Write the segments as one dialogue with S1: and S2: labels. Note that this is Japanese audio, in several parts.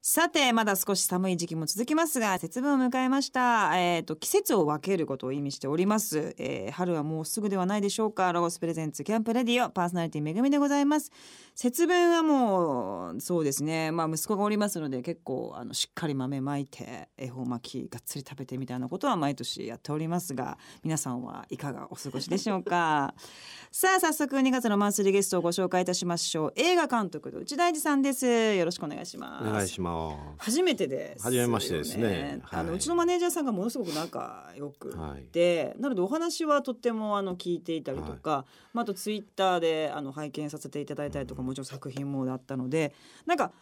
S1: さてまだ少し寒い時期も続きますが節分を迎えました、えー、と季節を分けることを意味しております、えー春はもうすぐではないでしょうかロゴスプレゼンツキャンプレディオパーソナリティめぐみでございます節分はもうそうですねまあ息子がおりますので結構あのしっかり豆まいて恵方巻きがっつり食べてみたいなことは毎年やっておりますが皆さんはいかがお過ごしでしょうか さあ早速2月のマンスリーゲストをご紹介いたしましょう映画監督の内大二さんですよろしくお願いしま
S2: お
S1: す
S2: 願いします。
S1: 初めてですよ、
S2: 初めましてですねはい
S1: あのうちのマネージャーさんがものすごく仲良く
S2: はい
S1: て、なのでお話はとってもあの聞いていたりとか、まあ、あとツイッターであの拝見させていただいたりとか、もちろん作品もだったのでなんか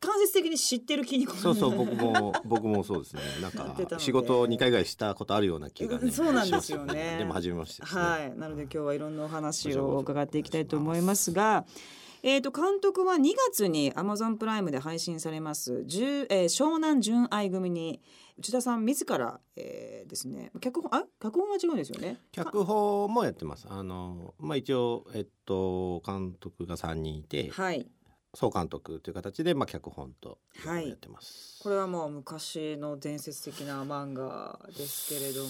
S1: 間接的に知ってる気にこ
S2: そうそう、僕も、僕もそうですね。なん
S1: やってたの
S2: か、
S1: で
S2: 仕事を二回ぐらいしたことあるような気が、
S1: う
S2: ね。
S1: んそうなんですよね
S2: しましたでも、初めましてですね。
S1: はい、なので今日はいろんなお話を伺っていきたいと思いますが、えー、と監督は2月に Amazon プライムで配信されます「十えー湘南純愛組」に内田さん自ら、えーですね脚本あ脚本は違うんですよね。
S2: 脚本もやってます。あの、まあ、一応、えっと、監督が三人いて、
S1: はい
S2: 総監督という形で、まあ、脚本と。
S1: はい
S2: やってます。
S1: これはもう昔の伝説的な漫画ですけれど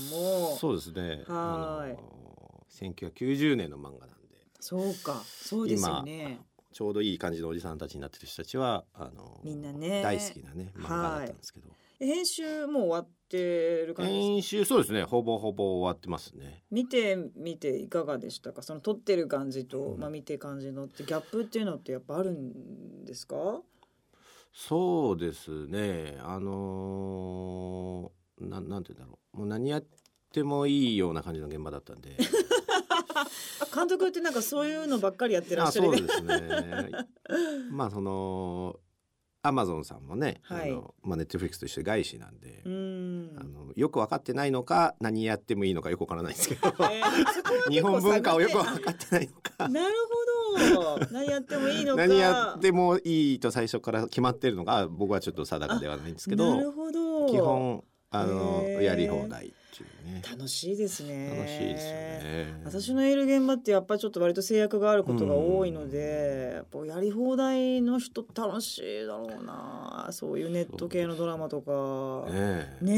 S1: も
S2: そうですね。
S1: はーい
S2: あの1990年の漫画なんで。
S1: そうかそうですよね。
S2: ちょうどいい感じのおじさんたちになってる人たちはあの
S1: みんなね
S2: 大好きなね漫画だったんですけど、
S1: 編集もう終わってる感じですか
S2: 編集そうですねほぼほぼ終わってますね
S1: 見てみていかがでしたかその撮ってる感じと、
S2: うん
S1: まあ、見て感じのってギャップっていうのってやっぱあるんですか
S2: そうですねあのー、ななんて言うんだろうもう何やってもいいような感じの現場だった んで
S1: 監督ってなんかそういうのばっかりやってら
S2: あ
S1: っしゃる
S2: そうですね まあそのアマゾンさんもね、
S1: はい
S2: あのまあ、ネットフリックスと一緒で外資なんで、
S1: うー
S2: あ
S1: ん
S2: のよく分かってないのか何やってもいいのかよく分からないんですけど
S1: えーそこは結構
S2: 日本文化をよく
S1: 探っ
S2: 分
S1: て
S2: かってないのか
S1: なるほど 何やってもいいのか
S2: 何やってもいいと最初から決まってるのが僕はちょっと定かではないんですけ
S1: なる
S2: ど
S1: ほど
S2: 基本あの
S1: へー
S2: やり放題っていうね
S1: 楽しいですね
S2: 楽しいですよね。
S1: 私のいる現場ってやっぱりちょっと割と制約があることが多いので、やっぱやり放題の人楽しいだろうなそういうネット系のドラマとか、
S2: ねえ
S1: ね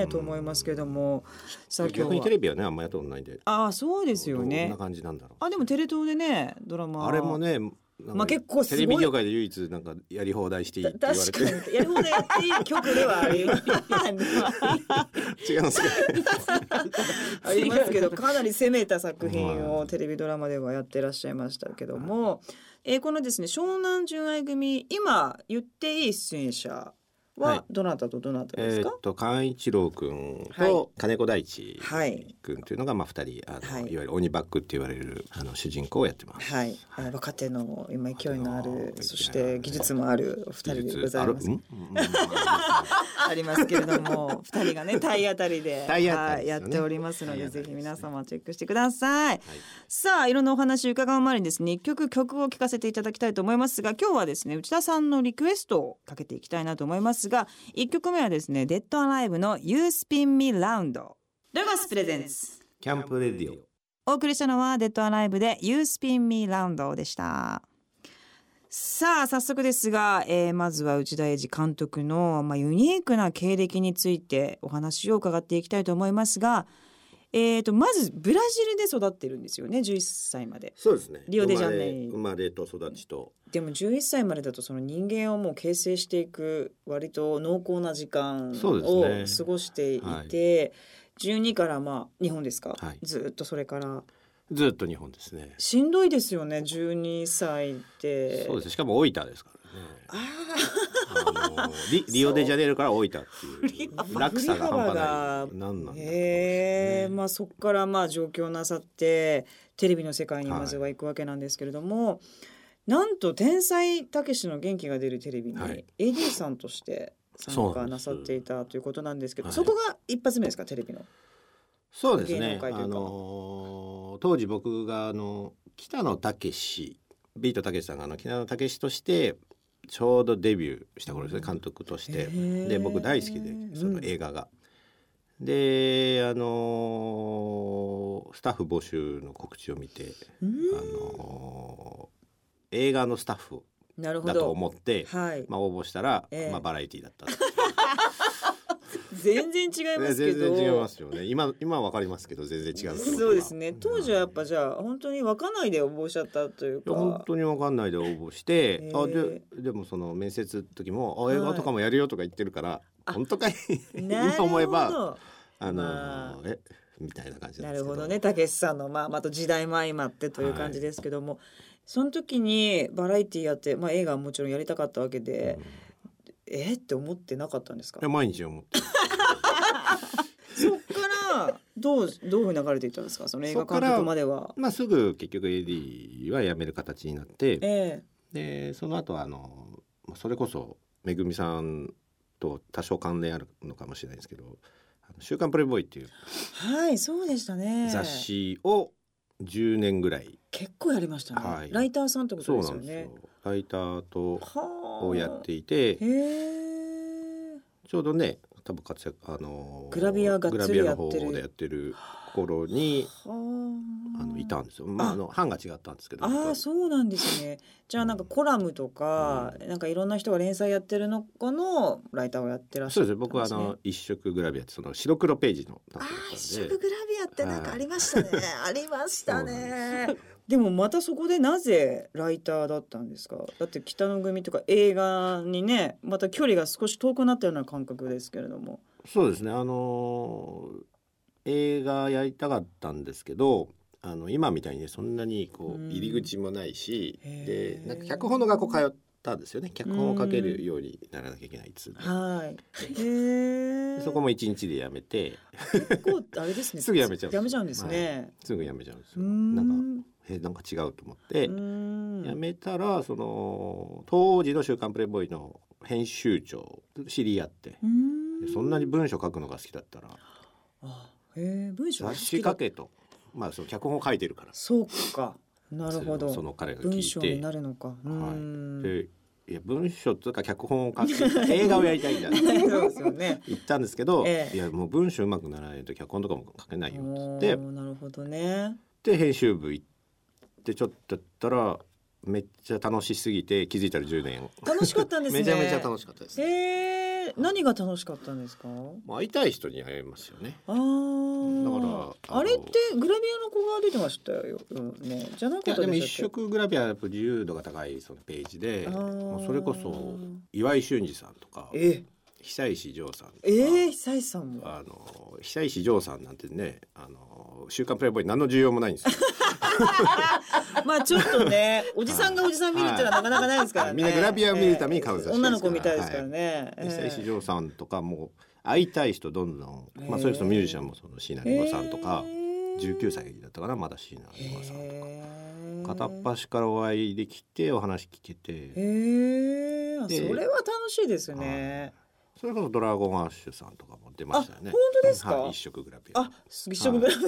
S1: え、
S2: うん
S1: と思いますけどもさあ今
S2: 逆
S1: 日
S2: にテ
S1: は
S2: レビはねあんまやったことないんで
S1: ああそうですよ
S2: どん
S1: ね
S2: な感じなんだろう
S1: あでもテレ東でねドラマ
S2: あれもねなんか
S1: まあ結構す
S2: テ
S1: ごい
S2: レビ業界で唯一なんかやり放題していいって言われ
S1: 確
S2: て
S1: かにやり放題やっていい曲ではあり
S2: 違うんですかね
S1: ありますけどかなり攻めた作品をテレビドラマではやってらっしゃいましたけども、えーこのですね湘南純愛組今言っていい出演者
S2: は
S1: はいどなたとどなたで
S2: え
S1: すか、
S2: ーっと寛一郎君
S1: はい
S2: と金子大地
S1: はい
S2: 君というのがまあ二人あの、
S1: はい
S2: い、わゆる鬼バックって言われるあの主人公をやってます。
S1: はい、あ若手の今勢いのあ
S2: 若手
S1: る
S2: の
S1: そして技術もあるお二人でございます
S2: 技術あるうん
S1: ありますけれども 二人がね体当たりで
S2: 体当たりですよね
S1: はいやっておりますので
S2: 体当た
S1: ぜ
S2: りですね
S1: ひ皆様チェックしてくださいさあいろんなお話を伺う前にですね一曲曲を聴かせていただきたいと思いますが今日はですね内田さんのリクエストをかけていきたいなと思いますが一曲目はですね「デッドアライブの「You Spin Me Round」ロゴスプレゼンス
S2: キャンプレディオ。
S1: お送りしたのは「デッドアライブで「You Spin Me Round」でした。さあ早速ですが、えーまずは内田英二監督の、まあ、ユニークな経歴についてお話を伺っていきたいと思いますが、えー、とまずブラジルで育ってるんですよね11歳まで。
S2: そうですね。
S1: リオデジャネイロ
S2: 生まれ生まれと育ちと。
S1: でも11歳までだとその人間をもう形成していく割と濃厚な時間
S2: そう
S1: を
S2: ですね
S1: 過ごしていて、12からまあ日本ですか、
S2: はい
S1: ずっとそれから
S2: ずっと日本ですね。
S1: しんどいですよね12歳って
S2: そうです。しかも大分ですからね。
S1: あ
S2: あのリリオデジャネイロから大分って
S1: 振
S2: い
S1: り
S2: う落差が半端ない。なんな
S1: あ
S2: んだろうね
S1: へえまあそこからまあ上京なさってテレビの世界にまずは行くわけなんですけれども、なんと「天才たけしの元気が出るテレビ」に
S2: はい
S1: AD さんとして参加なさっていたということなんですけどそこが一発目ですかテレビの。
S2: そうです
S1: 芸
S2: ね
S1: 能。
S2: あ
S1: 界というか
S2: の当時僕があの北野武ビートたけしさんがあの北野武としてちょうどデビューした頃ですね監督とし
S1: へ
S2: て
S1: ー
S2: で僕大好きでその映画が。であのスタッフ募集の告知を見て、
S1: うん
S2: あの映画のスタッフを
S1: なるほ
S2: だと
S1: ど。
S2: 思って、
S1: はい。
S2: まあ、応募したら、
S1: ええ
S2: まあ、バラエティ だった
S1: 全然違いますけ
S2: 全
S1: ど。
S2: 然違いますよね今今はわかりますけど全然違う
S1: そうですね。当時はやっぱ
S2: い
S1: じゃあ本当にわかんないで応募しちゃったという
S2: や
S1: か。
S2: 本当にわかんないで応募して、
S1: え
S2: あ
S1: ー
S2: ででもその面接の時もあ映
S1: は
S2: 画
S1: い
S2: とかもやるよとか言ってるから、
S1: あ
S2: 本当かい
S1: なるほ
S2: 今
S1: ど
S2: 思えばあの、
S1: まあ
S2: えみたいな感じな
S1: な
S2: んで
S1: る
S2: すけど
S1: ほどね。たけしさんのまあまた時代も相まってという感じですけども、その時にバラエティやってまあ映画はもちろんやりたかったわけ
S2: うん
S1: で
S2: い、
S1: えって思ってなかったんですか
S2: や。毎日思って
S1: そっからどうどういうふうに流れていったんですか。その映画監督までは。
S2: まあすぐ結局 AD は辞める形になって、
S1: え
S2: でその後はあのそれこそめぐみさんと多少関連あるのかもしれないですけど「あの週刊プレイボーイ」っていう
S1: えはいそうでしたね。
S2: 雑誌を10年ぐらい、
S1: 結構やりましたね。
S2: はい
S1: ライターさんってこ
S2: そ
S1: と
S2: う
S1: です
S2: な
S1: よ
S2: んです
S1: ね
S2: よ。ライターと
S1: はあ
S2: をやっていて
S1: へえ。
S2: ちょうどね多分活躍あの
S1: グラビアがっ
S2: グ
S1: つ
S2: ラ
S1: り
S2: ビア
S1: や
S2: の
S1: ってる
S2: 方でやってる頃に
S1: はあ。
S2: あのいたんですよ、まあ、
S1: あ
S2: あの班が違ったんですけど
S1: ああそうなんですね。じゃあなんかコラムとか、なんかいろんな人が連載やってるのかのライターをやってらっし
S2: そ
S1: ゃ
S2: う
S1: ったんですね。
S2: です僕はあの一色グラビアってその白黒ページの
S1: あー
S2: 担当
S1: 一
S2: だ
S1: 色
S2: ったんで
S1: グラビアってなんかありましたね。ありました
S2: そう
S1: ね。でもまたそこでなぜライターだったんですか。だって北の組とか映画にね、また距離が少し遠くなったような感覚ですけれども。
S2: そうですねあの映画やりたかったんですけどあの今みたいにねそんなにこ
S1: うん
S2: う入り口もないし、
S1: へ
S2: で
S1: ー
S2: なんか脚本の学校通ったんですよね脚本を書けるようにならなきゃいけないっつうの
S1: はい。へえ。
S2: でそこも一日でやめて
S1: 結構あれですね。
S2: すぐやめちゃうんですよ
S1: やめちゃうんですね。
S2: すぐやめちゃうんです
S1: うー
S2: よ。
S1: ん
S2: なんかえなんか違うと思って
S1: うーん
S2: やめたらその当時の「週刊プレイボーイ」の編集長と知り合って
S1: うーん
S2: でそんなに文章書くのが好きだったら
S1: あへえ文章が
S2: 雑
S1: 好
S2: 誌
S1: きだ
S2: 書けとまあその脚本を書いてるから
S1: そうかなるほ
S2: それをそ
S1: ど
S2: の彼が
S1: 文
S2: 聞
S1: 章
S2: い
S1: に
S2: て
S1: なるのかうーん
S2: でいや文章とか脚本を書く映画をやりたいんだ
S1: そうですよね
S2: 言ったんですけど、
S1: ええ
S2: いやもう文章うまくならないと脚本とかも書けないよ
S1: おー
S2: っつって
S1: なるほどね
S2: で編集部行ってちょっとやったらめっちゃ楽しすぎて気づいたら10年
S1: 楽しかったんですね
S2: めちゃめちゃ楽しかったです、ね
S1: へえ何が楽しかったんですか
S2: まあ、会いたい人に会えますよね
S1: あー
S2: だから
S1: あれってグラビアの子が出てましたよねじゃなかっ
S2: いや
S1: た
S2: でも
S1: で
S2: 一
S1: したっけ
S2: 色グラビアはやっぱ自由度が高いそのページで
S1: あー
S2: もうそれこそ岩井俊二さんとか
S1: え
S2: 久石譲さんとか、
S1: えー久石さんも
S2: あの久石譲さんなんてね「あの週刊プレイボーイ」何の需要もないんですよ。
S1: まあちょっとね、おじさんがおじさん見るってのはなかなかないですからね。
S2: はいみんなグラビアを見るために買う雑誌ですから
S1: 女の子みたいですからね。 え
S2: で久石
S1: え
S2: 譲さんとかもう会いたい人どんどん、まあ、それこそミュージシャンもその椎名林檎さんとか、19歳だったかなまだ椎名林檎さんとか、
S1: へえ
S2: 片っ。端からお会いできてお話聞けて、
S1: へえ、あそ
S2: で
S1: れは楽しいですね。
S2: それこそ「ドラゴンアッシュ」さんとかも出ましたよね。
S1: あ本当ですか
S2: はい、一色グラビア
S1: あ、一色グラビ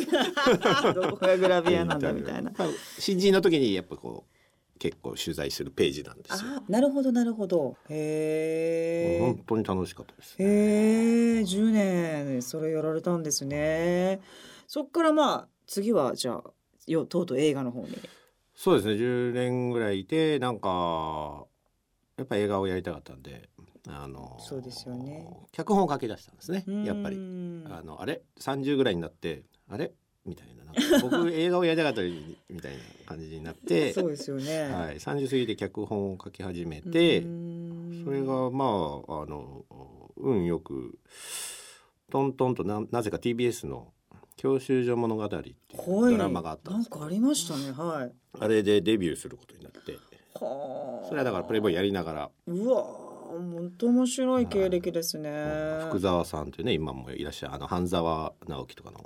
S1: ア。どこがグラビアなんだみたいな。
S2: まあ新人の時にやっぱこう結構取材するページなんですよ。
S1: あ、なるほどなるほど。へ
S2: もう
S1: え
S2: 本。当に楽しかったです、
S1: へえ、10年それやられたんですね。そっからまあ次はじゃあよとうとう映画の方に。
S2: そうですね10年ぐらいいてなんかやっぱ映画をやりたかったんであの
S1: そうですよね
S2: 脚本を書き出したんですねやっぱ
S1: う
S2: り
S1: ん
S2: あのあれ30ぐらいになってあれみたいななんか僕映画をやりたかったみたいな感じになって、
S1: そうですよね。
S2: はい、30過ぎて脚本を書き始めてそ
S1: そ
S2: れがまああの運よくトントンとななぜか TBS の「教習所物語」っていうドラマがあったん
S1: な
S2: で
S1: ん
S2: す
S1: かありましたね。はい。
S2: あれでデビューすることになって。
S1: はあ。
S2: それはだからプレイボーイやりながら、
S1: うわー、本当面白い経歴ですね。
S2: 福沢さんというね今もいらっしゃるあの半沢直樹とかの
S1: は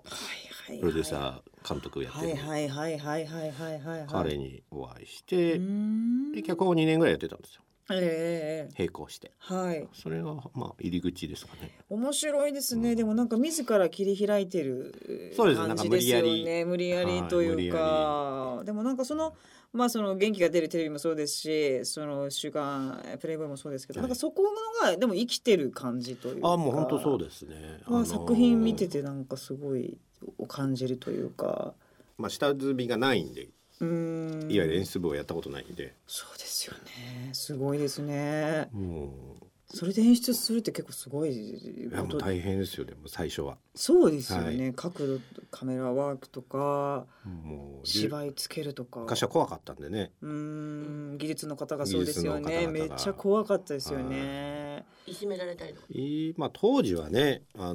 S1: いはいはい
S2: プロデューサー監督やって
S1: は
S2: る、
S1: いはいはいはいはいはいはい。
S2: 彼にお会いして、
S1: に
S2: で脚本を2年ぐらいやってたんですよ
S1: ええええ
S2: 並行して
S1: はい。
S2: それがまあ入り口ですかね
S1: 面白いですね。
S2: うん
S1: でもなんか自ら切り開いてる
S2: そうですね
S1: 感じですよね。無理や
S2: やり
S1: りというか。でもなんかそのまあその元気が出るテレビもそうですし、その週刊プレイボーイもそうですけど、な
S2: はい
S1: んかそこがでも生きてる感じというか。
S2: あもう本当そうですね、
S1: まあ
S2: の
S1: 作品見ててなんかすごいを感じるというか。
S2: まあ下積みがないんで
S1: うーん
S2: いわゆる演出部をやったことないんで
S1: そうですよねすごいですね
S2: も
S1: それで演出するって結構すごいう
S2: いや
S1: こ
S2: もう
S1: と
S2: 大変ですよでも最初は
S1: そうですよね、
S2: は
S1: 角度カメラワークとか
S2: もう
S1: 芝居つけるとか
S2: 昔は怖かったんでね
S1: うーん技術の方がそうですよ
S2: 技
S1: ね
S2: 術の方
S1: めっ
S2: 々が
S1: ちゃ怖かったですよね
S3: いじめられたりとか。
S2: いまあ当時はねあ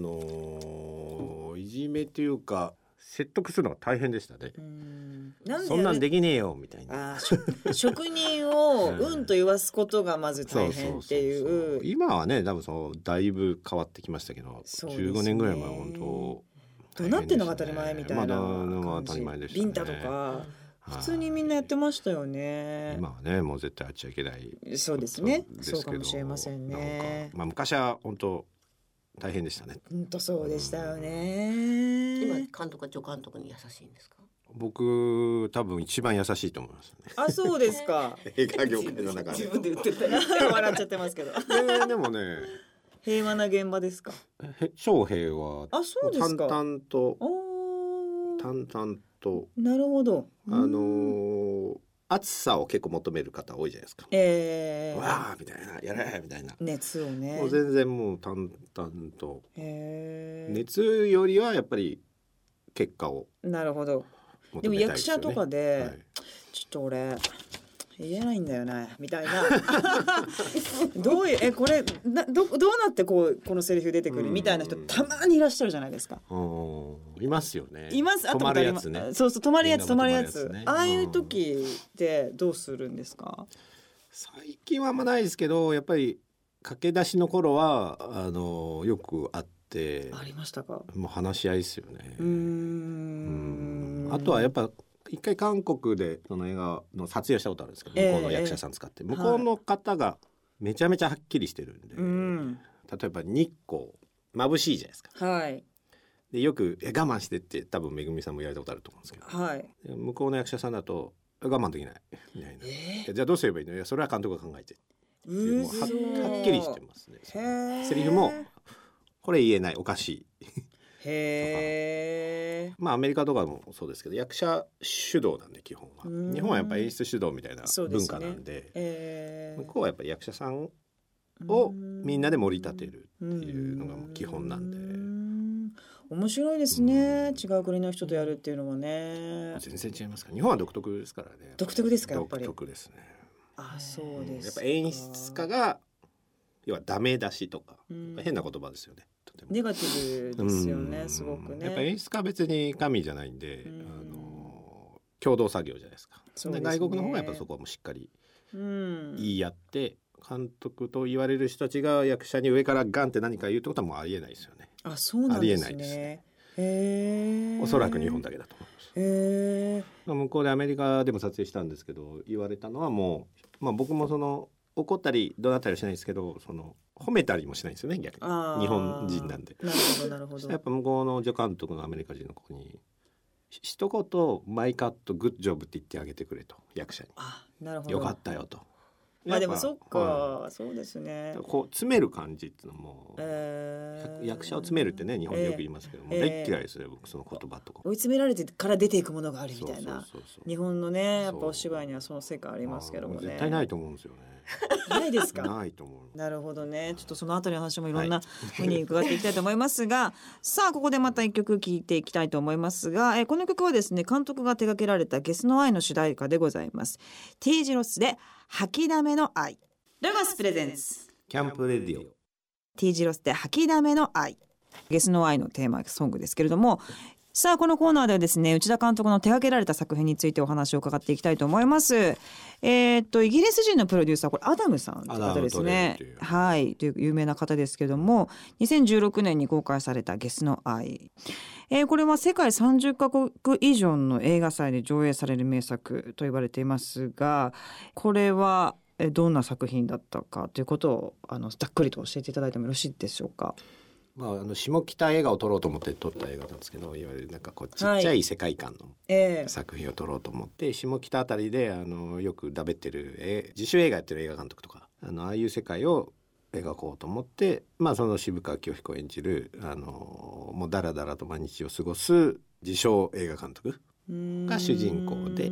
S2: のーいじめというか説得するのが大変でしたね
S1: うーんな
S2: そんなんできねえよみたいな
S1: あーし 職人をうんと言わすことがまず大変ってい
S2: そそそうそ今はね多分そのだいぶ変わってきましたけど、
S1: そうですね
S2: 15年ぐらい前は本当
S1: 怒鳴ってんのが当たり前みたいな
S2: まあ怒鳴るのが
S1: 感
S2: 当た
S1: じ
S2: り前でしたね
S1: ビンタとか普通にみんなやってましたよね
S2: 今はねもう絶対あっちゃいけない
S1: そうですね
S2: ことです
S1: そうか
S2: けど
S1: もしれません
S2: な
S1: ね
S2: かまあ昔は本当大変でしたね
S1: 本当そうでしたよ
S3: 今
S1: ね
S3: 監督は助監督に優しいんですか。
S2: 僕多分一番優しいと思いますね
S1: あそうですか
S2: 映画業界の中
S3: 自
S2: で
S3: 分で言ってたよ。
S1: 笑っちゃってますけど
S2: でもね
S1: 平和な現場ですか
S2: へ翔平は
S1: あそうです
S2: 淡
S1: か
S2: 々と
S1: おー
S2: 淡々と
S1: なるほど
S2: あのー暑さを結構求める方多いじゃないですか
S1: えー
S2: わあみたいなやれみたいな、
S1: 熱をね
S2: もう全然もう淡々と
S1: えー
S2: 熱よりはやっぱり結果を
S1: なるほどで
S2: 求
S1: も
S2: めたい
S1: 役
S2: ですよ
S1: 者
S2: ね
S1: とかで、
S2: はい
S1: ちょっと俺言えないんだよねみたいな どういうえこれなどどうなってこうこのセリフ出てくる
S2: うん
S1: みたいな人たまにいらっしゃるじゃないですか。
S2: うんいますよね
S1: います
S2: 止
S1: と
S2: まるや
S1: ま
S2: つね
S1: そうそう止まるやつ止
S2: みんな
S1: まる
S2: が止ま
S1: や
S2: るやつ
S1: つ、
S2: ね
S1: ああいう時ってどうするんですか。
S2: 最近はあんまないですけどやっぱり駆け出しの頃はあのよくあって
S1: ありましたか。
S2: もう話し合いですよね
S1: うーん
S2: うんあとはやっぱ一回韓国でその映画の撮影をしたことあるんですけど向こうの
S1: ええ
S2: 役者さん使って、向こうの方がめちゃめちゃはっきりしてるんで、
S1: うん
S2: 例えば日光眩しいじゃないですか
S1: はい
S2: でよく「え我慢して」って多分めぐみさんも言われたことあると思うんですけど
S1: はい。
S2: で向こうの役者さんだと「え我慢できない」みたいな「い
S1: え
S2: やじゃあどうすればいいの?」いやそれは監督が考え
S1: ー、
S2: てっていうもう
S1: 嘘
S2: ははっきりしてますね
S1: へー
S2: セリフもこれ言えないおかしい
S1: へえ。
S2: まあアメリカとかもそうですけど役者主導なんで基本
S1: う
S2: は
S1: ん
S2: 日本はやっぱ演出主導みたいな
S1: そうです
S2: 文
S1: ね
S2: 化なんで
S1: えー
S2: 向こうはやっぱり役者さんをみんなで盛り立てる
S1: て
S2: っていうのがもう基本なんで
S1: 面白いですね
S2: うん
S1: 違う国の人とやるっていうのはね
S2: 全然違いますから日本は独特ですからね
S1: 独特ですかやっぱり
S2: 独特ですね
S1: あそう
S2: うん
S1: です
S2: やっぱ演出家が要はダメ出しとか
S1: うん
S2: 変な言葉ですよねとても
S1: ネガティブですよ
S2: う
S1: ね
S2: ん
S1: すごくね
S2: やっぱ演出家は別に神じゃないんで、
S1: うん
S2: あの共同作業じゃないですか
S1: そうですね
S2: 外国の方がやっぱそこはもうしっかり
S1: うん
S2: 言い合って、監督と言われる人たちが役者に上からガンって何か言うってことはもうありえないですよね、
S1: あそうなんです
S2: ありえないです
S1: ねへえ
S2: おそらく日本だけだと思います
S1: へえ
S2: 向こうでアメリカでも撮影したんですけど言われたのはもう、まあ、僕もその怒ったり怒鳴ったりはしないですけどその褒めたりもしないんですよね逆に
S1: あー
S2: 日本人なんで
S1: なるほどなるほど
S2: やっぱ向こうの助監督のアメリカ人の子にひ一言「マイカットグッジョブ」って言ってあげてくれと役者に
S1: あなる
S2: 「
S1: ほど
S2: よかったよ」と。
S1: まあでも
S2: やぱ
S1: そっ
S2: は
S1: かそうです
S2: い
S1: ね
S2: こう詰める感じっていうのも、
S1: え
S2: 役
S1: ー
S2: 役者を詰めるってね日本でよく言い
S1: え
S2: ますけども、
S1: ええ
S2: 大っ嫌いですね僕その言葉とか
S1: ー。追い詰められてから出ていくものがあるみたいな
S2: そうそうそうそう
S1: 日本のねやっぱ
S2: そう
S1: お芝居にはその世界ありますけども
S2: あー
S1: ね
S2: 絶対ないと思うんですよね。
S1: ないですか
S2: ないと思う。
S1: なるほどねちょっとそのあたりの話もいろんなふうに伺っていきたいと思いますが、 さあここでまた一曲聴いていきたいと思いますが、えーこの曲はですね監督が手掛けられた「ゲスの愛」の主題歌でございます T 字ロスで「吐きだめの愛」ロゴスプレゼンス
S2: キャンプレディオ。
S1: T 字ロスで吐きだめの愛ゲスの愛のテーマソングですけれどもさあこのコーナーではですね内田監督の手掛けられた作品についてお話を伺っていきたいと思いますえーっとイギリス人のプロデューサーこれアダムさんという方ですね
S2: アダムトレイルという
S1: はいという有名な方ですけれども2016年に公開されたゲスの愛えーこれは世界30カ国以上の映画祭で上映される名作と言われていますがこれはえーどんな作品だったかということをあのざっくりと教えていただいてもよろしいでしょうか。
S2: まああの下北映画を撮ろうと思って撮った映画なんですけど、いわゆるなんかこうちっちゃい世界観の
S1: え
S2: 作品を撮ろうと思って、下北あたりであのよくだべってる、え自主映画やってる映画監督とか、あのああいう世界を描こうと思って、まあその渋川清彦演じるあのもうダラダラと毎日を過ごす自称映画監督。が主人公で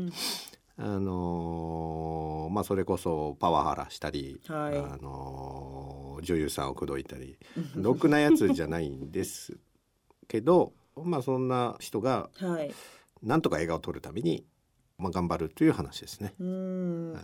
S2: あのーまあ、それこそパワハラしたり、
S1: はい
S2: あのー女優さんを口説いたりろくなやつじゃないんですけど、まあ、そんな人が
S1: はい
S2: なんとか映画を撮るために、まあ、頑張るという話ですね。
S1: うん、
S2: はい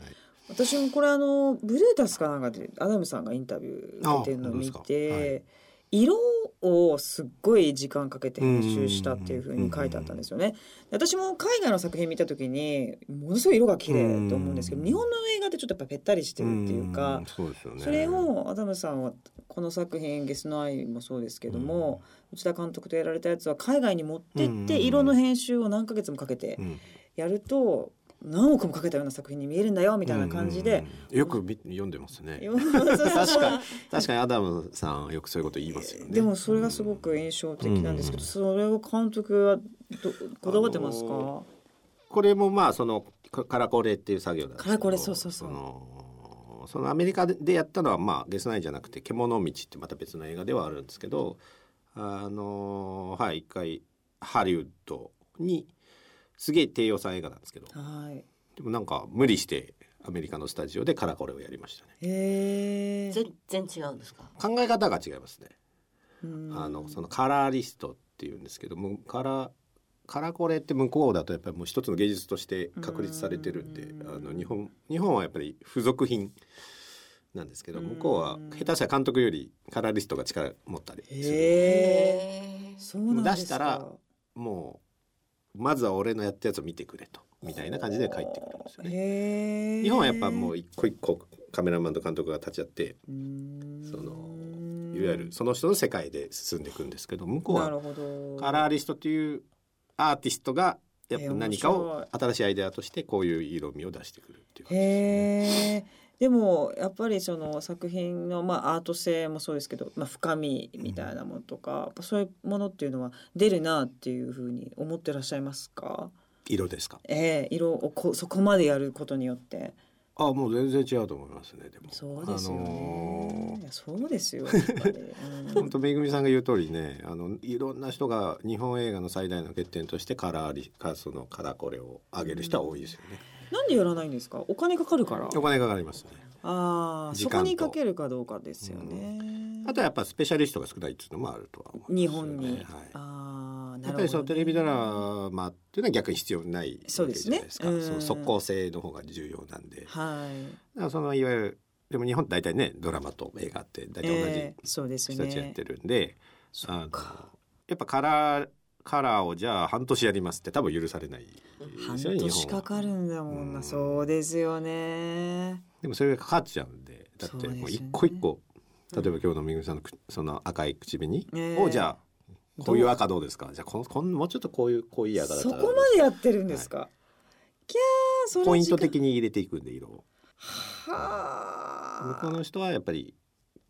S1: 私もこれあのブルータスかなんかでアダムさんがインタビュー出てるのを見
S2: あ本当ですかは
S1: て、色をすっごい時間かけて編集したっていうふうに書いてあったんですよね。で私も海外の作品見た時にものすごい色が綺麗と思うんですけど
S2: うん
S1: 日本の映画ってちょっとやっぱぺったりしてるっていうか
S2: んそうですよね
S1: それをアダムさんはこの作品「ゲスの愛」もそうですけども、内田監督とやられたやつは海外に持って
S2: うん
S1: っ
S2: うんう
S1: て
S2: ん
S1: 色の編集を何ヶ月もかけて
S2: うん
S1: やると何億もかけたような作品に見えるんだよみたいな感じで。
S2: うんよくみ読んでますね。
S1: そうそうそう
S2: 確かに確かにアダムさんはよくそういうこと言いますよね。
S1: でもそれがすごく印象的なんですけど、それを監督はどこだわってますか、
S2: あのこれもまあそのかカラコレっていう作業なんですけど
S1: カラコレそうそうそう
S2: のそのアメリカでやったのはまあゲスナイじゃなくて「獣道」ってまた別の映画ではあるんですけどあのはい一回ハリウッドにすげえ低予算映画なんですけど
S1: はい
S2: でもなんか無理してアメリカのスタジオでカラコレをやりましたね
S1: へえ、
S3: 全然違うんですか。
S2: 考え方が違いますね
S1: うん
S2: あのそのカラーリストっていうんですけどもカラーカラコレって向こうだとやっぱりもう一つの芸術として確立されてるんで
S1: うん
S2: あの日本日本はやっぱり付属品なんですけど
S1: うん
S2: 向こうは下手したら監督よりカラーリストが力持ったりする
S1: へえ
S3: へ
S1: そうなんですか
S2: 出したらもうまずは俺のやったやつを見てくれとみたいな感じで帰ってくるんですよね。
S1: へえ
S2: 日本はやっぱもう一個一個カメラマンと監督が立ち会って
S1: うーん
S2: そのいわゆるその人の世界で進んでいくんですけど向こう
S1: な
S2: は
S1: るほど
S2: カラーリストというアーティストがやっ
S1: えー
S2: ぱ何か
S1: 面
S2: を新しいアイデアとしてこういう色味を出してくるっていう感じですね。
S1: へえでもやっぱりその作品の、まあ、アート性もそうですけど、まあ、深みみたいなものとか、やっぱそういうものっていうのは出るなっていうふうに思ってらっしゃいますか、
S2: 色ですか。
S1: ええ色をこそこまでやることによって
S2: あもう全然違うと思いますね。でも
S1: そうですよね、
S2: あの
S1: いやそうです よやっぱり、
S2: ー
S1: う
S2: 本
S1: ん
S2: 当めぐみさんが言う通りね、あのいろんな人が日本映画の最大の欠点としてカラーリかそのカラコレを上げる人は多いですよね。
S1: なんでやらないんですかお金かかるから
S2: お金がかかりますね。
S1: ああ
S2: 時
S1: そ
S2: 間と
S1: こにかけるかどうかですよね、
S2: あとはやっぱスペシャリストが少ないっていうのもあるとは思いますよ
S1: 日本
S2: ね。
S1: に、
S2: はい。
S1: ああな
S2: や
S1: るほどね、
S2: っぱりそのテレビドラマっていうのは逆に必要ない
S1: そうですね
S2: わけじゃないですか
S1: うん
S2: その即効性の方が重要なんでだか
S1: はい
S2: らそのいわゆるでも日本って大体ねドラマと映画って大体
S1: ええそうで
S2: 同
S1: す
S2: じ
S1: ね
S2: 人たちやってるんで、
S1: そ
S2: あの
S1: っか
S2: やっぱカラーカラーをじゃあ半年やりますって多分許されない
S1: 半
S2: ですよね
S1: 年かか
S2: 日
S1: る
S2: 本は
S1: んだもんな、
S2: うん
S1: そうですよね
S2: でもそれがかかっちゃうんでだってもう一個一個、
S1: そうですよね
S2: 例えば今日のめぐみさんのくその赤い口紅
S1: ええ
S2: をじゃあこういう赤どうですかじゃあこのこんもうちょっとこういうこういう赤だった
S1: そ
S2: ら
S1: こまでやってるんですか、キャーそれ
S2: ポイン
S1: 時
S2: ト
S1: 間
S2: 的に入れていくんで色を。向
S1: は
S2: こう
S1: あ
S2: の人はやっぱり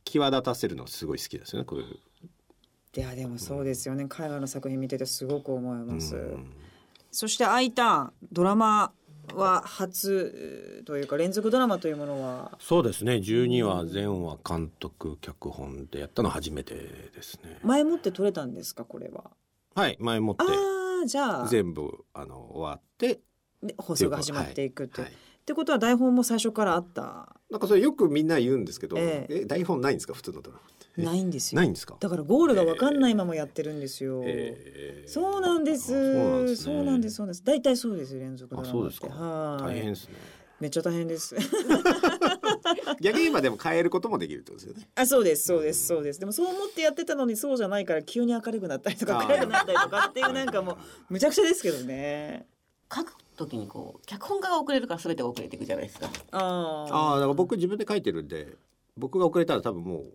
S2: 際立たせるのがすごい好きですよねこういう、
S1: いやでもそうですよね海外の作品見ててすごく思います、
S2: うん
S1: そしてアイターンドラマは初えーというか連続ドラマというものは
S2: そうですね12話全話監督脚本でやったの初めてですね
S1: 前もって撮れたんですかこれは
S2: はい前もって
S1: ああじゃあ
S2: 全部あの終わって
S1: で放送が始まっていくって、
S2: はい
S1: ってことは台本も最初からあった
S2: なんかそれよくみんな言うんですけど、
S1: え
S2: え台本ないんですか普通のドラマって
S1: ないんですよ
S2: ないんですか
S1: だからゴールが分かんないままやってるんですよ。
S2: えー
S1: そうなんで
S2: あ
S1: す。そ
S2: ね
S1: うなんです。そうなんです。大体そうですよ。連続ドラマっ
S2: あ
S1: て。
S2: そうですか
S1: はい。
S2: 大変ですね
S1: めっちゃ大変です。
S2: 逆に今でも変えることもできるってことですよね
S1: あ、そうです。そうです。そうです。でもそう思ってやってたのにそうじゃないから急に明るくなったりとか
S2: あー
S1: 暗くなったりとかっていうなんかもうむちゃくちゃですけどね。
S3: 書くときにこう脚本家が遅れるから全て遅れていくじゃないですか。
S1: あー
S2: ああだから僕自分で書いてるんで僕が遅れたら多分もう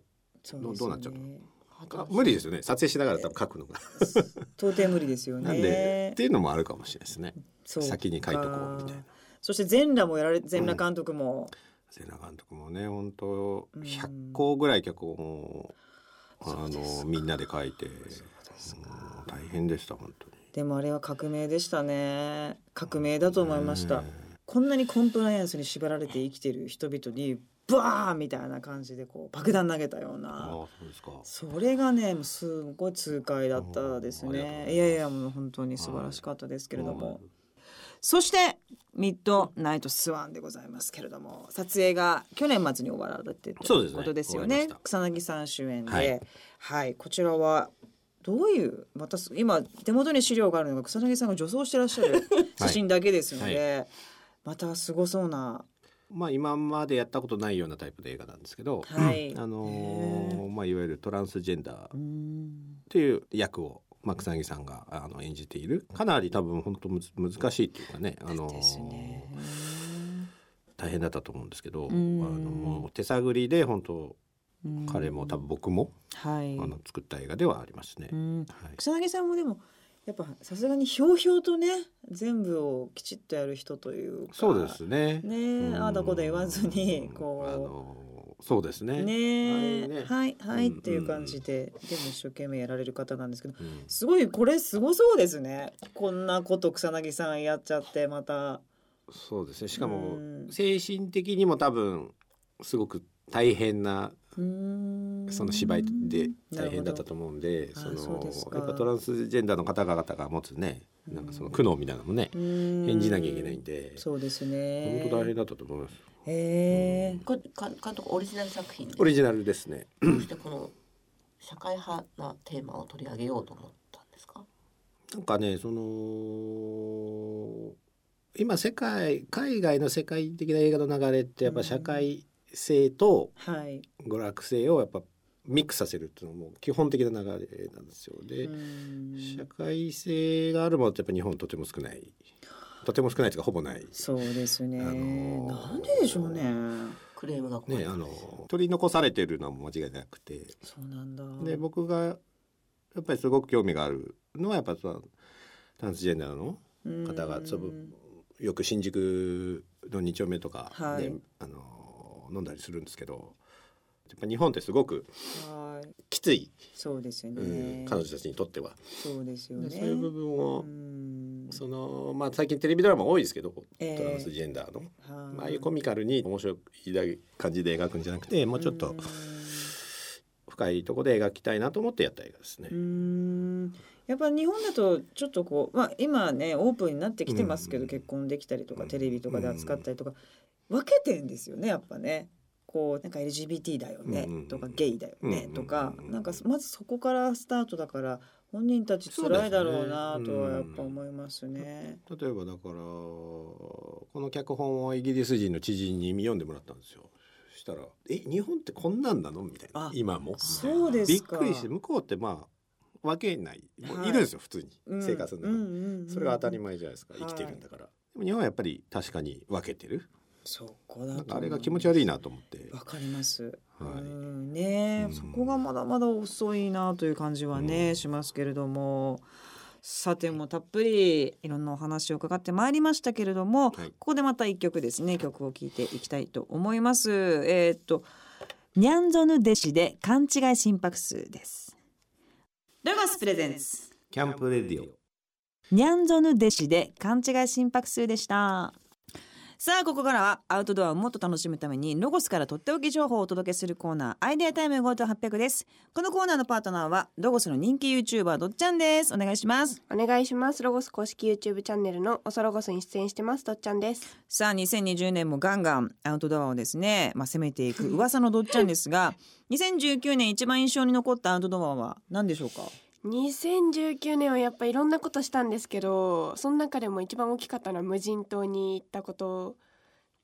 S1: そう
S2: どう
S1: です
S2: どう
S1: よ
S2: な
S1: ね
S2: っちゃうのあ無理ですよね撮影しながら多分書くのが、
S1: 到底無理ですよね。
S2: なんでっていうのもあるかもしれないですね
S1: そうか
S2: 先に書いとこうみたいな。
S1: そして全裸もやられ全裸監督も、
S2: 瀬名監督もね本当
S1: うん
S2: 100個ぐらい脚本を
S1: そう
S2: あ
S1: です
S2: の
S1: か
S2: みんなで書いて
S1: す
S2: うん大変でした本当に
S1: でもあれは革命でしたね。革命だと思いました。
S2: ね
S1: こんなにコンプライアンスに縛られて生きてる人々にバーンみたいな感じでこう爆弾投げたよう
S2: ああ
S1: な
S2: そうですか
S1: それがねもうすごい痛快だったです
S2: おーありがとうご
S1: ね
S2: ざいます
S1: いやいやもう本当に素晴らしかったですけれども、
S2: うん
S1: そしてミッドナイトスワンでございますけれども撮影が去年末に終わられてと
S2: そうで
S1: い
S2: す
S1: う
S2: ね
S1: ことですよ
S2: 終わ
S1: ね
S2: りました
S1: 草薙さん主演で、は
S2: はいい、
S1: こちらはどういうまたす今手元に資料があるのが草薙さんが女装してらっ しゃる写真だけですので、またすごそうな
S2: まあ、今までやったことないようなタイプの映画なんですけど、
S1: はい
S2: あの
S1: へ
S2: ーまあ、いわゆるトランスジェンダー
S1: うーん
S2: という役を、まあ、草薙さんがあの演じているかなり多分本当むず難しいっていうかね、あのー
S1: ですね。
S2: 大変だったと思うんですけ
S1: ん
S2: ど、あのもう手探りで本当
S1: うん
S2: 彼も多分僕も、
S1: はい
S2: あの作った映画ではありますね。
S1: うん
S2: はい、
S1: 草薙さんもでもやっぱさすがにひょうひょうとね全部をきちっとやる人というか
S2: そうですね。
S1: ねえ
S2: うん
S1: ああだこうだ言わずにこう
S2: あのそうですね。
S1: ねえ
S2: はいね
S1: はいはいっ
S2: うんうん
S1: ていう感じで、でも一生懸命やられる方なんですけど
S2: うん
S1: すごいこれすごそうですねこんなこと草薙さんやっちゃってまた
S2: そうですね。しかも
S1: うん
S2: 精神的にも多分すごく大変な
S1: うーん
S2: その芝居で大変だった
S1: なるほど
S2: と思うんで、
S1: あ
S2: そ
S1: そうですか
S2: のやっぱトランスジェンダーの方々が持つね、なんかその苦悩みたいなのもね、
S1: うーん
S2: 演じなきゃいけないんで、
S1: そうですね
S2: 本当大変だったと思います。
S1: へえ
S3: これか監督オリジナル作品で
S2: オリジナルですね。
S3: どうしてこの社会派なテーマを取り上げようと思ったんですか
S2: なんかねその今世界海外の世界的な映画の流れってやっぱ社会性と
S1: はい
S2: 娯楽性をやっぱミックスさせるっていうのも基本的な流れなんですよ。で、
S1: うん
S2: 社会性があるものってやっぱ日本とても少ないとても少ないというかほぼない。
S1: そうですね、
S2: あのー
S1: なんででしょうね
S3: クレームが来
S2: ね、
S3: る
S2: あの取り残されてるのは間違いなくて
S1: そうなんだ
S2: で僕がやっぱりすごく興味があるのはやっぱそのトランスジェンダーの方がその
S1: うん
S2: よく新宿の2丁目とか
S1: は
S2: で、
S1: い
S2: あの飲んだりするんですけどやっぱ日本ってすごく
S1: はい
S2: きつい、
S1: そうですよ
S2: う
S1: ね、
S2: ん彼女たちにとっては、
S1: そうですよ
S2: で
S1: ね
S2: そういう部分を、
S1: うん
S2: そのまあ、最近テレビドラマ多いですけどト
S1: ええ
S2: ランスジェンダーの、
S1: は
S2: まあああいうコミカルに面白い感じで描くんじゃなくてもうちょっと深いところで描きたいなと思ってやった映画ですね。
S1: うんうんやっぱ日本だとちょっとこう、まあ、今ねオープンになってきてますけど、
S2: うん
S1: 結婚できたりとか
S2: うん
S1: テレビとかで扱ったりとか、分けてんですよねやっぱねこうなんか LGBT だよね
S2: うん
S1: とか、ゲイだよね
S2: うん
S1: とか、
S2: うん
S1: なんかまずそこからスタートだから本人たち辛いだろうなとはやっぱ思いますね。
S2: 例えばだからこの脚本をイギリス人の知人に読んでもらったんですよそしたら「え日本ってこんなんなの?」みたい
S1: あ
S2: な今も
S1: そうですか
S2: びっくりして向こうってまあ分けない、もう
S1: はい
S2: いるんですよ普通に、
S1: うん
S2: 生活の中に、
S1: うんうんうん
S2: それが当たり前じゃないですか、
S1: はい
S2: 生きてるんだからでも日本はやっぱり確かに分けてる
S1: そこだと
S2: な
S1: 思
S2: ん
S1: う
S2: かあれが気持ち悪いなと思って
S1: わかります。
S2: はい
S1: うんねえ、
S2: うん
S1: そこがまだまだ遅いなという感じはね、
S2: うん
S1: しますけれども。さてもうたっぷりいろんなお話を伺ってまいりましたけれども、
S2: はい
S1: ここでまた一曲ですね曲を聴いていきたいと思います。えーっとニャンゾヌデシで勘違い心拍数です。ルガスプレゼンス
S2: キャンプレディオ
S1: ニャンゾヌ弟子で勘違い心拍数でした。さあここからはアウトドアをもっと楽しむためにロゴスからとっておき情報をお届けするコーナーアイデアタイム5800ですこのコーナーのパートナーはロゴスの人気 YouTuber どっちゃんですお願いします
S4: お願いしますロゴス公式 YouTube チャンネルのおそロゴスに出演してますとっちゃんです
S1: さあ2020年もガンガンアウトドアをですねまあ攻めていく噂のどっちゃんですが2019年一番印象に残ったアウトドアは何でしょうか
S4: 2019年はやっぱいろんなことしたんですけどその中でも一番大きかったのは無人島に行ったこと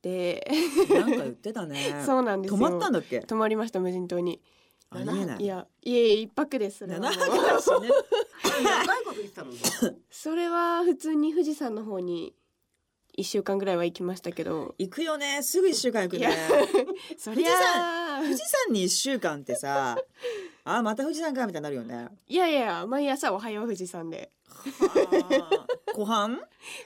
S4: で
S1: なんか言ってたね
S4: そうなんです
S1: 泊
S4: よ
S1: まったんだっけ
S4: 泊まりました無人島に
S1: ありえない
S4: やいえ一泊ですそれは
S1: 7
S4: もう
S1: 泊だしね
S3: 長いこと言ってたのに
S4: それは普通に富士山の方に一週間ぐらいは行きましたけど
S1: 行くよねすぐ一週間行く
S4: いや
S1: ね
S4: そりゃあ
S1: 富士山に1週間って さあまた富士山かみたいになるよね
S4: いやいや毎朝おはよう富士山で
S1: 後半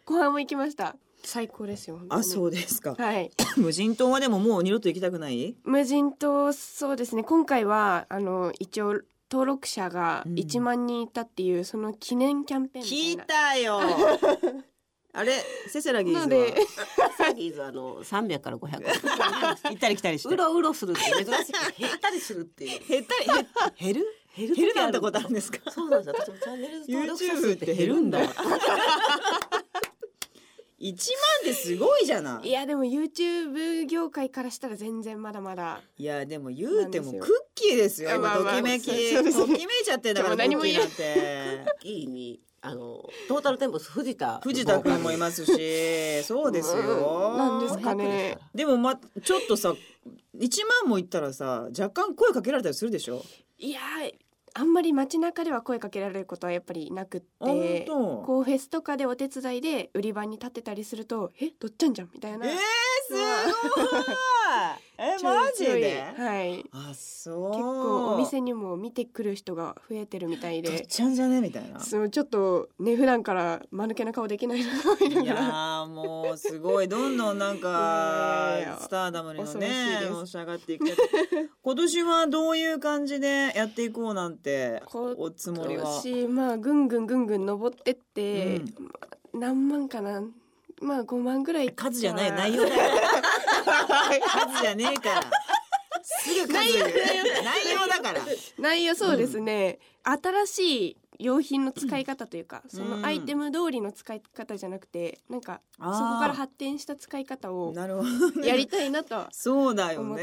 S4: 後半も行きました最高ですよ本当に
S1: あそうですか
S4: はい
S1: 無人島はでももう二度と行きたく ない
S4: 無人島そうですね今回はあの一応登録者が
S1: うん
S4: 1万人いたっていう、その記念キャンペーンみ
S1: 聞い
S4: たいな
S1: たよあれセセラギーズは
S4: ので
S3: サギーズはあの300から500
S1: 行ったり来たりして
S3: うろうろするって珍しく減ったりするっていう
S1: 減ったり減減る
S3: 減
S1: 減る
S3: 時あ
S1: なんてことあるんですか
S3: そうなんですよ私もチャンネル登録者
S1: YouTube
S3: 数
S1: っ
S3: ってて
S1: 減
S3: 減
S1: る
S3: る
S1: ん
S3: ん
S1: だ
S3: だ
S1: 1万ってすごいじゃないい。
S4: やでも YouTube 業界からしたら全然まだまだ
S1: いやでも言うても
S4: なん
S1: ク
S4: で
S1: ッ
S4: すよ
S1: キーですよ。今
S4: まあま
S1: と
S4: あ
S1: きめき、
S4: そうです
S1: ときめいちゃってんだからク
S4: でも何
S1: ッ
S4: も
S1: キー
S4: 言え
S1: なんて。
S3: いいにあのトータルテンボス藤田
S1: 藤田君もいます し、そうですよ。
S4: うんなんですか
S3: 楽ですから
S1: でもまちょっとさ、1万もいったらさ、若干声かけられたりするでしょ。
S4: いやーあんまり街中では声かけられることはやっぱりなくっ
S1: あ本
S4: て
S1: 当
S4: こうフェスとかでお手伝いで売り場に立ってたりすると「えどっちゃんじゃん」みたいな
S1: えー、すごい。え
S4: ちょい
S1: マジ
S4: ちょい
S1: で。
S4: はい
S1: あそう。
S4: 結構お店にも見てくる人が増えてるみたい
S1: どっ
S4: で
S1: ちゃんじゃねみたいな。
S4: そうちょっとね普段から間抜けな顔できないなと思いない
S1: や
S4: がら
S1: ーもうすごいどんどんなん
S4: いやいやい
S1: か
S4: や
S1: スターダムにも
S4: 恐ろしいで
S1: ね
S4: す
S1: のし上がっていくけど今年はどういう感じでやっていこうなんて
S4: こ
S1: おつもりは
S4: 私まあぐんぐんぐんぐん登ってって、
S1: うん
S4: まあ何万かなまあ5万ぐらい
S1: 数じゃない内
S4: 容
S1: 容だよ数じゃねえからすぐ数言う内容だから
S4: 内容そうですね、新しい用品の使い方というか、そのアイテム通りの使い方じゃなくてなんかそ
S1: あー
S4: こから発展した使い方を
S1: なるほどね
S4: やりたいなと は
S1: そうだよ
S4: 思っ
S1: ね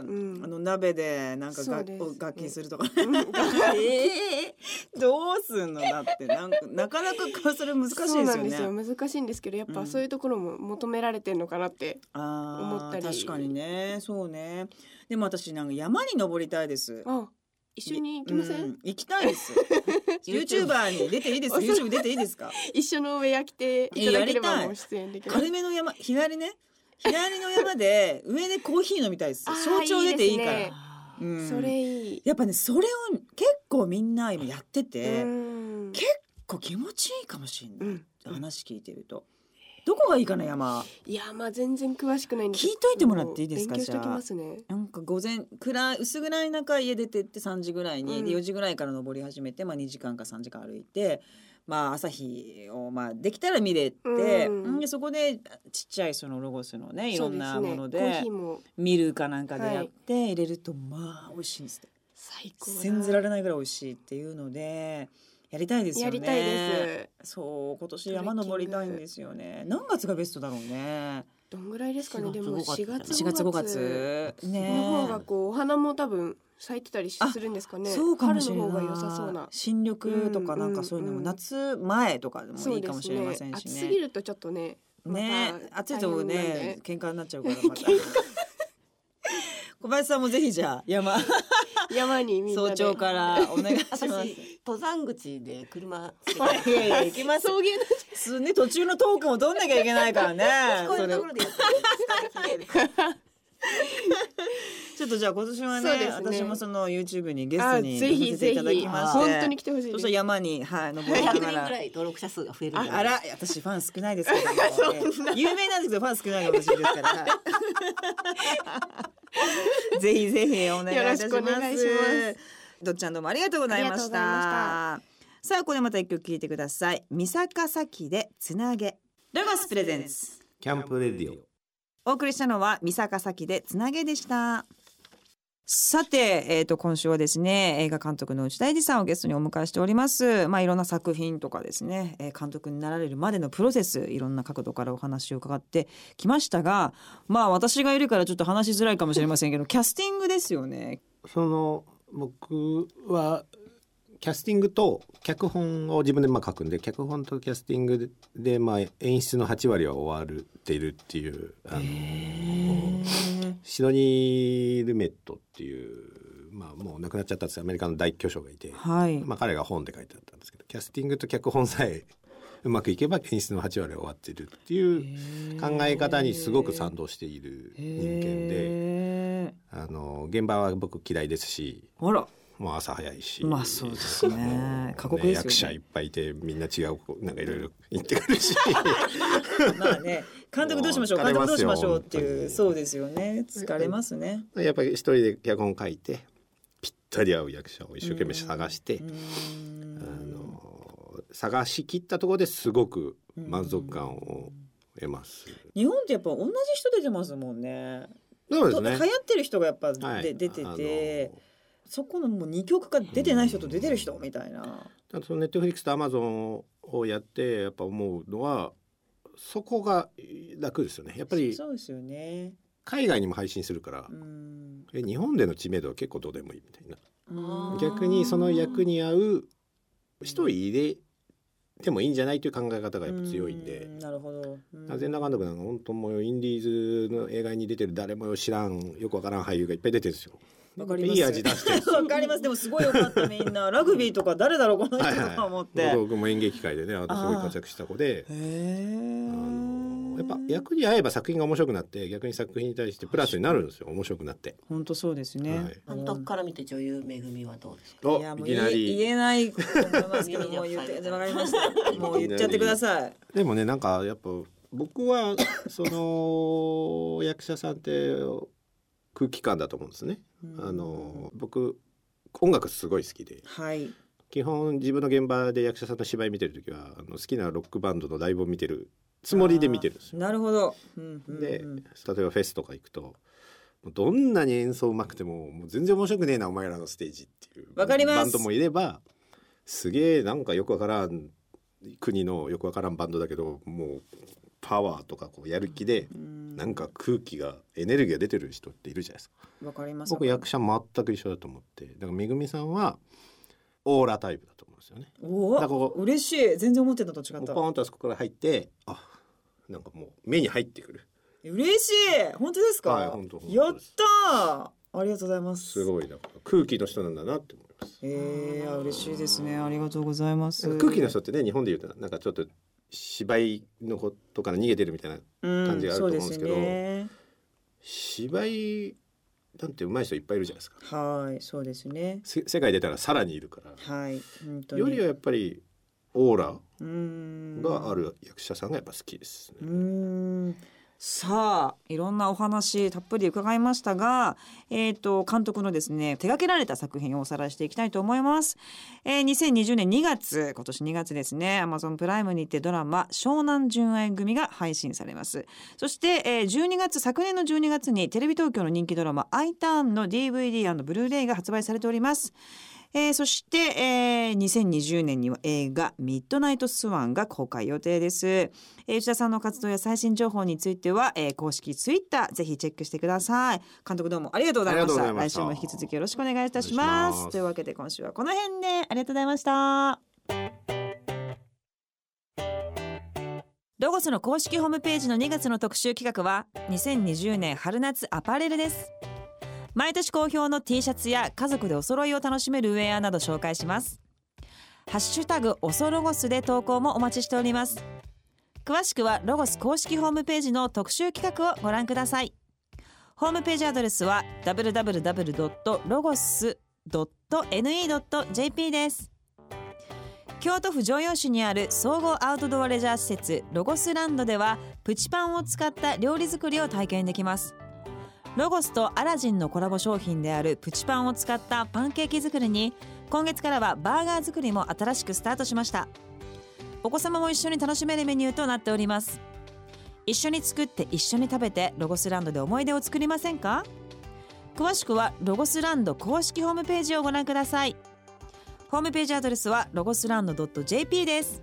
S4: て、うん
S1: あの鍋でなんか
S4: そ
S1: が
S4: うです
S1: 楽器するとか、
S4: う ん
S1: えーどうすんのだってなんかなかなかかそれ難しいです
S4: そう
S1: よ
S4: なんです
S1: ね
S4: よ難しいんですけどやっ
S1: う
S4: ぱ
S1: ん
S4: そういうところも求められてるのかなって、
S1: あー
S4: 思ったり
S1: 確かにねそうねでも私なんか山に登りたいです
S4: あ一緒に行きません、
S1: う行きたいです YouTuber に出ていいですか YouTube 出ていいですか
S4: 一緒のウェア着ていただければもう出演できます
S1: 軽めの山左ね左の山 で上でコーヒー飲みたいです
S4: あー
S1: 象徴出ていいから
S4: いいですね
S3: あ
S1: う
S3: ー
S1: ん
S4: それいい
S1: やっぱねそれを結構みんな今やってて、
S4: うん
S1: 結構気持ちいいかもしれ
S4: う
S1: ない、
S4: ん
S1: 話聞いてるとどこがいいかな山
S4: いやまあ全然詳しくないんです
S1: 聞いといてもらっていいですか
S4: 勉強しとき
S1: じゃあ
S4: ますね
S1: なんか午前暗い薄暗い中家出てって3時ぐらいに、
S4: うん
S1: で4時ぐらいから登り始めて、まあ、2時間か3時間歩いて、まあ、朝日を、まあ、できたら見れて、
S4: うん
S1: でそこでちっちゃいそのロゴスのねいろんな
S4: そう
S1: も
S4: すね
S1: の
S4: コー
S1: で
S4: ヒーも
S1: ミルかなんかで
S4: はい
S1: やって入れると、まあ美味しいんですって
S4: 最高だ
S1: 煎じられないぐらい美味しいっていうのでやりたいですよ
S4: や
S1: ね。
S4: りたいです
S1: そう今年
S4: トレッキング
S1: 山登りたいんですよね。何月がベストだろうね。
S4: どんぐらいですかね
S3: 四
S4: で
S3: 月
S4: も
S3: 五月
S4: 4月
S1: 4月5月ね。
S4: の方がこうお花も多分咲いてたりしするんですかね
S1: そうかもしれない。
S4: 春の方が良さそうな
S1: 新緑とかなんかそういうのも
S4: うんうん
S1: 夏前とかでも
S4: そ
S1: いうい
S4: で
S1: か
S4: す
S1: も
S4: ね
S1: しれませんし
S4: 暑すぎ
S1: ね。
S4: るとちょっとね
S1: ね
S4: ま、た
S1: 暑いと
S4: 大変なん
S1: ね
S4: で、
S1: 喧嘩になっちゃう から。また小林さんもぜひじゃあ山
S4: 山にみんな
S1: 早
S4: で
S1: 朝 からお願いします。
S3: 私登山口で車つけて
S1: いやいや行きます。
S4: 草原の
S1: すね途中のトークも取んなきゃいけないからね
S3: 聞。こえ
S1: そ
S3: る
S1: れ
S3: ところでやってる
S1: ちょっとじゃあ今年はね
S4: そうですね
S1: 私もその YouTube にゲスト
S4: あ
S1: に
S4: ぜひ
S1: 出て
S4: ぜ
S1: いただき
S4: ひ
S1: まして
S4: 本当に来てほしい
S1: そした
S4: です
S1: ら山にはい登りな
S3: 100人
S1: が
S3: ぐ
S1: ら。
S3: らい登録者数が増えるん
S1: あ
S3: じゃ
S1: あ
S3: ない
S1: ら私ファン少ないですけど、え有名なんですけどファン少ないの私ですからはい。ぜひぜひお願いいたし
S4: よろしく
S1: ま
S4: お願いし
S1: す
S4: ま。
S1: どっちゃんどうもありがとうございました。
S4: あ
S1: さあここでまた一曲聞いてください。三坂咲でつなげ。ロゴスプレゼンス。
S2: キャンプレディオ
S1: お送りしたのは三坂咲でつなげでした。さて、えー、と今週はですね映画監督の内田英二さんをゲストにお迎えしております、まあ、いろんな作品とかですね、えー監督になられるまでのプロセスいろんな角度からお話を伺ってきましたがまあ私がいるからちょっと話しづらいかもしれませんけ どキャスティングですよね。
S2: その僕はキャスティングと脚本を自分でまあ書くんで脚本とキャスティングでまあ演出の8割は終わってるっていうあのシドニー・ルメットっていう、まあ、もう亡くなっちゃったんですけどアメリカの大巨匠がいて、
S1: はい、
S2: まあ、彼が本で書いてあったんですけどキャスティングと脚本さえうまくいけば演出の8割は終わってるっていう考え方にすごく賛同している人間で
S1: で。
S2: あの現場は僕嫌いですし
S1: あら
S2: もう朝早いし。
S1: まあそうですね
S2: あの
S1: 過酷ですよね
S2: 役者いっぱいいてみんな違うなんかいろいろ言ってくるし
S1: まあね監督どうしましょう
S2: もう
S1: 監
S2: 疲
S1: 督ど
S2: れます
S1: う
S2: よ
S1: しましょうってい
S2: 本当
S1: う
S2: に
S1: そうですよね疲れますね。
S2: やっぱり一人で脚本書いてぴったり合う役者を一生懸命探して、
S1: うん
S2: あの探し切ったところですごく満足感を得ます。
S1: 日本ってやっぱ同じ人出てますもんね。
S2: そうですね
S1: と流。行ってる人がやっぱで、
S2: はい
S1: 出てて、
S2: あの
S1: そこのもう二極化出てない人と出てる人みたいな。
S2: ただそのネットフリックスとアマゾンをやってやっぱ思うのはそこが楽ですよねやっぱり
S1: そうですよね。
S2: 海外にも配信するから
S1: うん。
S2: え日本での知名度は結構どうでもいいみたいな
S1: うん
S2: 逆にその役に合う人を入れてもいいんじゃないという考え方がやっぱ強いんで
S1: うなるほど。
S2: なぜなかんだかなんか本当もうインディーズの映画に出てる誰もよ知らんよくわからん俳優がいっぱい出てるんですよ。
S1: わかります
S2: いい味出してるんですよ
S1: わかります。でもすごい良かったみ んな。ラグビーとか誰だろうこの人とか 思って。へ
S2: 僕も演劇界でねあとすごい活躍した子で。あの
S1: え。
S2: やっぱ役に合えば作品が面白くなって逆に作品に対してプラスになるんですよ面白くなって。
S1: 本当そうですね。
S2: はい
S3: 監督から見て女優めぐみはどうですか
S2: お
S1: いやもう
S2: い
S1: い
S2: きなり
S1: 言えないと思いますけどもう言ってわかりました。もう言っちゃってください。
S2: でもねなんかやっぱ僕は その役者さんって空気感だと思うんですね。あの僕音楽すごい好きで
S1: はい。
S2: 基本自分の現場で役者さんの芝居見てる時はあの好きなロックバンドのライブを見てるつもりで見てるんですよ。
S1: なるほど。うんうんうん
S2: で例えばフェスとか行くともうどんなに演奏うまくてももう全然面白くねえなお前らのステージっていう
S1: わかります
S2: バンドもいればすげえなんかよくわからん国のよくわからんバンドだけどもうパワーとかこうやる気で
S1: うん
S2: なんか空気がエネルギーが出てる人っているじゃないですか
S1: わかります。
S2: 僕役者全く一緒だと思ってだからめぐみさんはオーラタイプだと思うんですよね。
S1: お
S2: だからこ
S1: お。嬉しい。全然思ってたのと違
S2: も
S1: っ
S2: う
S1: た。
S2: ポーンとあそこから入ってあなんかもう目に入ってくる
S1: 嬉しい。本当ですか。
S2: はい本当本当
S1: やったー。ありがとうございます。
S2: すごいなんか空気の人なんだなって思います。
S1: えー、嬉しいですね。ありがとうございます。
S2: 空気の人ってね日本でいうとなんかちょっと芝居のことから逃げてるみたいな
S1: 感
S2: じがあると思うんですけど
S1: ね、
S2: 芝居なんて上手い人いっぱいいるじゃないですか
S1: はい、そうですね。
S2: せ世界出たらさらにいるから
S1: はい、本当に。
S2: よりはやっぱりオーラ
S1: うーん
S2: があ。る役者さんがやっぱ好きです
S1: うー
S2: ね、
S1: ん。さあいろんなお話たっぷり伺いましたが、えー、と監督のですね手掛けられた作品をおさらいしていきたいと思います、えー、2020年2月今年2月ですね Amazon プライムにてドラマ「湘南純愛組」が配信されますそして、えー、12月昨年の12月にテレビ東京の人気ドラマ「アイターン」の DVD& ブルーレイが発売されておりますえーそして、えー2020年には映画「ミッドナイトスワン」が公開予定です、えー内田さんの活動や最新情報については、えー公式ツイッターぜひチェックしてください監督どうもありがとうございまし
S2: ありが
S1: た
S2: とうございま
S1: 来
S2: した
S1: 週も引き続きよろしくお願いいたします
S2: お願いします
S1: というわけで今週はこの辺でありがとうございましたロゴスの公式ホームページの2月の特集企画は2020年春夏アパレルです毎年好評の T シャツや家族でお揃いを楽しめるウェアなど紹介しますハッシュタグおそロゴスで投稿もお待ちしております詳しくはロゴス公式ホームページの特集企画をご覧くださいホームページアドレスは www.logos.ne.jp です京都府城陽市にある総合アウトドアレジャー施設ロゴスランドではプチパンを使った料理作りを体験できますロゴスとアラジンのコラボ商品であるプチパンを使ったパンケーキ作りに今月からはバーガー作りも新しくスタートしましたお子様も一緒に楽しめるメニューとなっております一緒に作って一緒に食べてロゴスランドで思い出を作りませんか詳しくはロゴスランド公式ホームページをご覧くださいホームページアドレスはロゴスランド .jp です